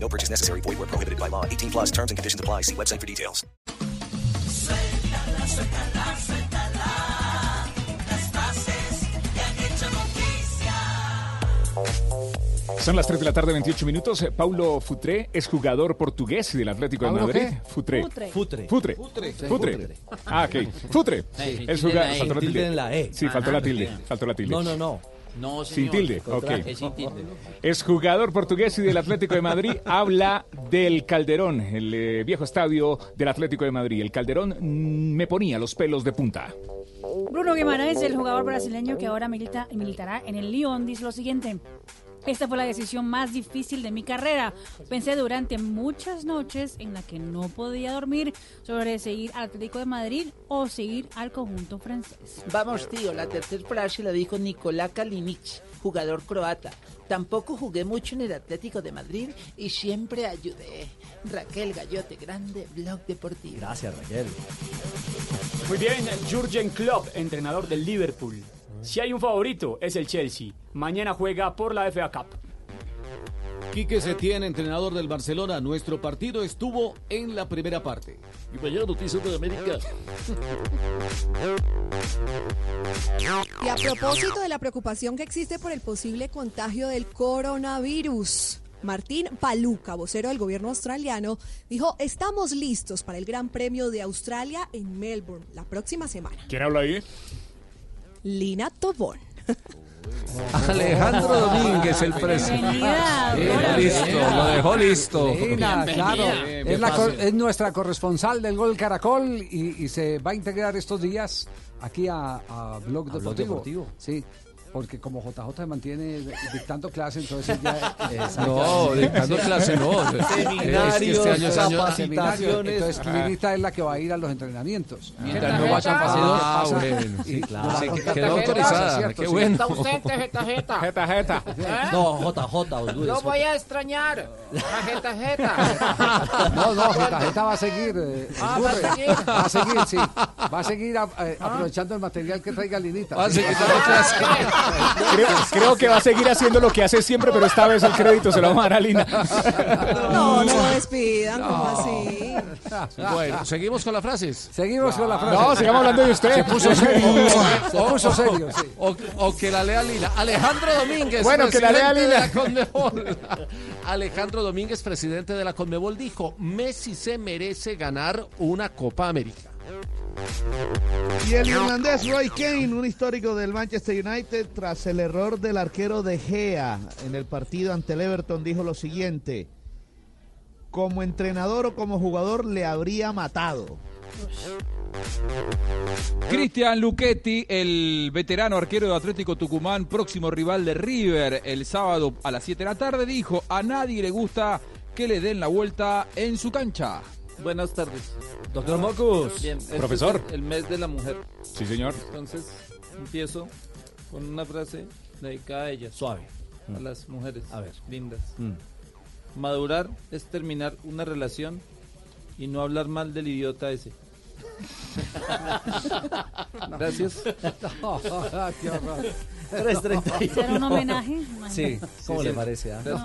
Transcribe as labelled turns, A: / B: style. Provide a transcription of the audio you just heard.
A: No purchase necessary. Void where prohibited by law. 18 plus terms and conditions apply. See website for details.
B: Son las 3 de la tarde, 28 minutos. Eh, Paulo Futré es jugador portugués del Atlético de
C: ¿Paulo
B: Madrid.
C: qué?
B: Futré.
D: Futre.
B: Futre. Futre. Futre. Ah, ok. Futre.
C: Sí.
B: Es
C: Sin tilde en la E.
B: jugador. Faltó la
D: Sin tilde
B: tilde.
D: en la E.
B: Sí, faltó
C: Ajá.
B: la tilde. Faltó la tilde.
D: No, no, no.
C: No,
B: Sin
C: señor.
B: tilde.
D: Contrario.
B: Ok.
C: Es sin tilde.
B: Es jugador portugués y del Atlético de Madrid. Habla del Calderón, el eh, viejo estadio del Atlético de Madrid. El Calderón mm, me ponía los pelos de punta.
E: Bruno Guimarães, el jugador brasileño que ahora milita, militará en el Lyon, dice lo siguiente. Esta fue la decisión más difícil de mi carrera. Pensé durante muchas noches en la que no podía dormir sobre seguir al Atlético de Madrid o seguir al conjunto francés.
F: Vamos, tío, la tercera frase la dijo Nicolás Kalinic, jugador croata. Tampoco jugué mucho en el Atlético de Madrid y siempre ayudé. Raquel Gallote Grande, Blog Deportivo.
D: Gracias, Raquel.
G: Muy bien, Jürgen Klopp, entrenador del Liverpool. Si hay un favorito, es el Chelsea. Mañana juega por la FA Cup.
H: Quique Setién, entrenador del Barcelona. Nuestro partido estuvo en la primera parte. Y mañana noticias de América.
I: Y a propósito de la preocupación que existe por el posible contagio del coronavirus, Martín Paluca, vocero del gobierno australiano, dijo, estamos listos para el Gran Premio de Australia en Melbourne la próxima semana.
B: ¿Quién habla ahí?
I: Lina Tobón.
J: Alejandro Domínguez, el presidente.
E: Bienvenida.
J: Lo
E: Dora.
J: listo, lo dejó listo.
C: Bienvenida.
J: claro.
C: Bien,
J: Es,
C: bien
J: la cor-
C: fácil.
J: es nuestra corresponsal del Gol Caracol y, y se va a integrar estos días aquí a, a Blog
D: A Blog
J: Deportivo.
D: Deportivo.
J: Sí, porque como JJ se mantiene dictando clases, entonces ya...
D: No, dictando clase no. Es que
J: Seminarios,
D: este año es año.
J: capacitaciones. Entonces, Linita es la que va a ir a los entrenamientos.
D: Mientras no vayan
J: Ah,
D: Ah,
J: pasa.
D: bueno, sí,
J: Y
D: claro.
J: nos va a
D: Se
J: contar
D: quedó
J: cosas,
D: autorizada,
J: ¿cierto?
D: qué
J: Sí.
D: bueno.
C: Está usted, jeta, jeta.
B: Jeta, jeta.
D: No, JJ, os dudes.
C: Lo voy a extrañar. La jeta, jeta.
J: No, no, Jeta va a seguir. eh,
C: Ah, ¿va a
J: ocurre.
C: seguir? Ah.
J: Va a seguir, sí. Va a seguir a- eh, aprovechando el material que traiga Linita.
D: Ah, se quitaron clase.
B: Creo, creo que va a seguir haciendo lo que hace siempre, pero esta vez el crédito se lo va a dar a Lina.
I: No, no lo despidan, como así?
D: Bueno, seguimos con las frases.
J: Seguimos con la frase.
B: No, sigamos hablando de usted.
J: Se
K: Oh.
J: puso serio, sí.
D: O, o que la lea Lina. Alejandro Domínguez,
B: Bueno, que la lea
D: presidente de la Conmebol. Alejandro Domínguez, presidente de la Conmebol, dijo, Messi se merece ganar una Copa América.
K: Y el irlandés Roy Kane, un histórico del Manchester United, tras el error del arquero de Gea en el partido ante el Everton, dijo lo siguiente: Como entrenador o como jugador, le habría matado.
L: Cristian Luchetti, el veterano arquero de Atlético Tucumán, próximo rival de River el sábado a las 7 de la tarde, dijo, a nadie le gusta que le den la vuelta en su cancha.
C: Buenas tardes.
D: Doctor Mocus.
C: Bien, este
B: Profesor.
C: es el mes de la mujer.
B: Sí, señor.
C: Entonces, empiezo con una frase dedicada a ellas,
D: Suave.
C: a las mujeres
D: Mm. A ver. Mm.
C: lindas. Madurar es terminar una relación y no hablar mal del idiota ese. Gracias.
J: Qué horror.
E: ¿Será un homenaje? Imagínate.
D: Sí, ¿cómo le parece? ah?